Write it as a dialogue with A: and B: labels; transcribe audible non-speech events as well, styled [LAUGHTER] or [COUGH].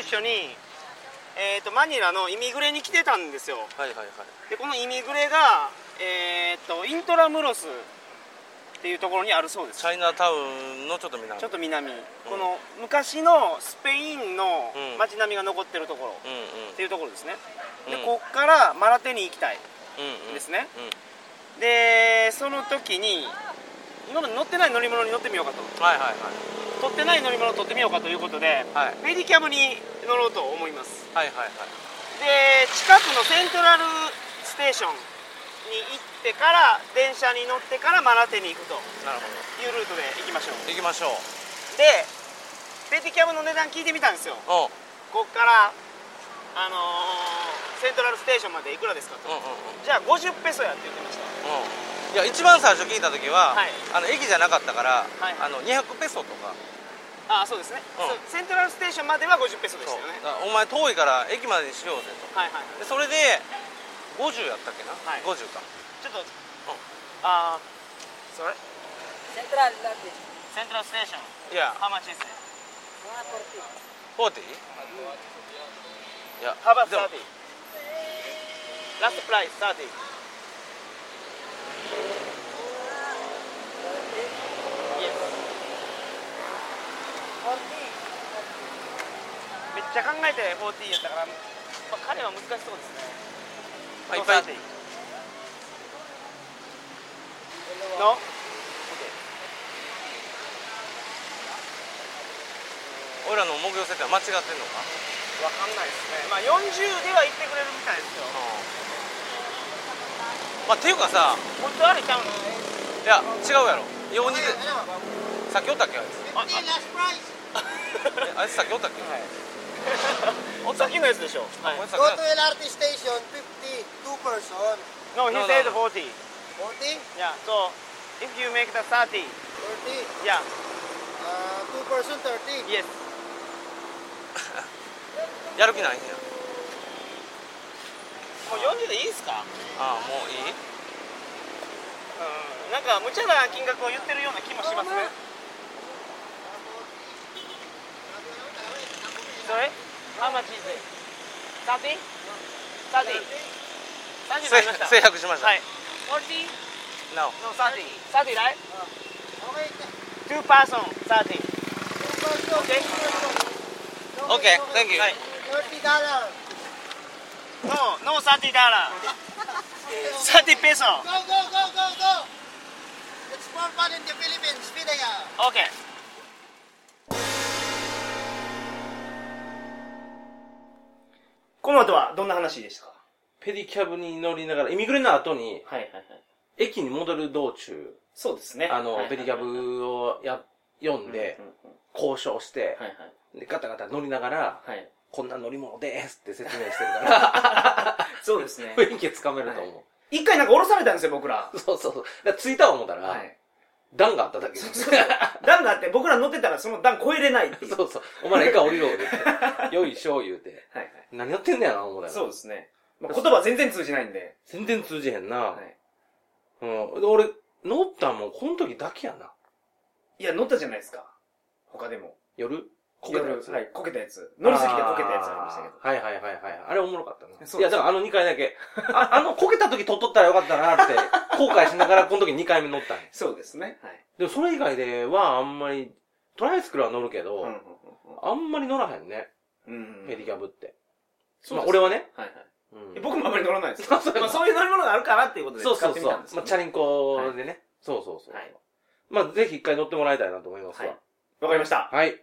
A: 一緒に、えー、とマニラのイミグレに来てたんですよ
B: はいはいはい
A: でこのイミグレが、えー、とイントラムロスっていうところにあるそうです
B: チャイナタウンのちょっと南
A: ちょっと南、この昔のスペインの
B: うん
A: 街並みが残ってるところ
B: うんうん
A: っていうところですね、
B: うん
A: でこっからマラテに行きたい
B: うんうん
A: ですね
B: うん
A: でその時に今まで乗ってない乗り物に乗ってみようかと
B: はいはい
A: 取ってない乗り物を取ってみようかということで
B: はいはい
A: メディキャムに乗ろうと思います
B: はいはいはい
A: で近くのセントラルステーションに行ってから電車に乗ってからマラテに行くと
B: なるほ
A: いうルートで行きましょう
B: ど行きましょう
A: でメディキャムの値段聞いてみたんですよ
B: お
A: こ
B: う
A: っからあのーセントラルステーションまでいくらですかと
B: うんうんうん
A: じゃあ50ペソやって言ってました
B: うんいや一番最初聞いた時は、
A: はい
B: あの駅じゃなかったから、
A: はい
B: あの200ペソとか
A: ああそうですね、
B: うん
A: そうセントラルステーションまでは50ペソでした
B: そう
A: よね
B: だからお前遠いから駅までにしようぜ
A: はいはいはい
B: とでそれで50やったっけな、
A: はい
B: 50か
A: ちょっと、ああそれ
C: Central London.
A: セントラルステーション
B: いや
A: ハマチですね
C: One forty.
B: 40? いや
A: ハバ
B: でも
A: 30ラストプライス30 Yes
C: Forty.
A: めっちゃ考えて40やったから、まあ、彼は難しそうですね
B: まあいっぱい
A: No 30
C: Hello.
A: No?
B: 俺らの目標設定は間違ってんのか
A: わかんないですねまあ40では行ってくれるみたいですよ
B: まあっていうかさ
A: もっとあるちゃうんです
B: いや違うやろ42でさっきおったっけあいつ [LAUGHS]
A: あ
B: えあいつさっきおったっけ、
A: [LAUGHS] お先のやつでしょ、はい
B: こいつさっ
D: Go
B: き
D: to LRT station, 50, two person.
A: No, he
B: No, no,
A: said
B: no.
A: 40
D: 40?
A: Yeah, so if you make the 30
D: 30.
A: Yeah,
D: Uh, two person, 30.
A: yes
B: やる気ないんや
A: もう40でいいですか
B: ああもういい
A: うんなんか無茶な金額を言ってるような気もしますねそれ How much is it? 30? 30? 30になり [LAUGHS] ました
B: 制約しました、
A: はい 40?
B: No
A: No, 30 30 right?
D: Okay,
A: Two person 30
D: two person.
A: Okay.
B: Okay, thank you.
A: はい
D: Thirty dollar.
A: No, no 30 dollar 30 peso
D: Go, go, go, go, go. It's more fun in the Philippines, Pinaya.
A: OK この後はどんな話でしたか
B: ペディキャブに乗りながら、イミグレの後に、
A: はいはいはい
B: 駅に戻る道中、
A: そうですね
B: あの、
A: はいはい
B: ペディキャブをや、読んで
A: うん、うんうん
B: 交渉して、
A: はい
B: で、ガタガタ乗りながら、
A: はいはい
B: こんな乗り物ですって説明してるから、
A: [LAUGHS] そうですね
B: 雰囲気つかめると思
A: 一回なんか降ろされたんですよ僕ら
B: う。そうそうそう。だから着いた思ったら、段があっただけです。
A: 段があって僕ら乗ってたらその段超えれないっていう
B: そうそう。お前ら一回降りろ、言うて。よいしょ、言うて。
A: はい
B: 何やってんだよな、思う
A: は
B: た
A: い
B: ら。
A: そうですねまあ言葉全然通じないんで
B: 全然通じへんな。
A: はい
B: うん。で俺、乗ったんもこの時だけやな。
A: いや乗ったじゃないですか他でも
B: 夜こけたやつ
A: 夜はいこけたやつ乗りすぎてこけたやつありましたけど
B: あーはいはいはいはい。あれおもろかったな。
A: そうです
B: いや、だからあの2回だけ。あ、 [LAUGHS] あのこけた時撮っとったらよかった
A: [LAUGHS]
B: なって、後悔しながらこの時2回目乗ったんや。
A: そうですねはい
B: でもそれ以外ではあんまり、トライアスクルは乗るけど、あんまり乗らへんね。
A: うん
B: ペディキャブって。
A: そうです
B: まあ俺はね。
A: はいはい
B: うん
A: いや僕もあまり乗らないです。
B: [LAUGHS] そうそう
A: まあそういう乗り物があるからっていうことで
B: そう
A: 使
B: そ
A: っ
B: う
A: て
B: そう
A: みたんです。
B: まあチャリンコでね。そうそうそう。
A: はい
B: まあぜひ一回乗ってもらいたいなと思いますわ。
A: わかりました。
B: はい。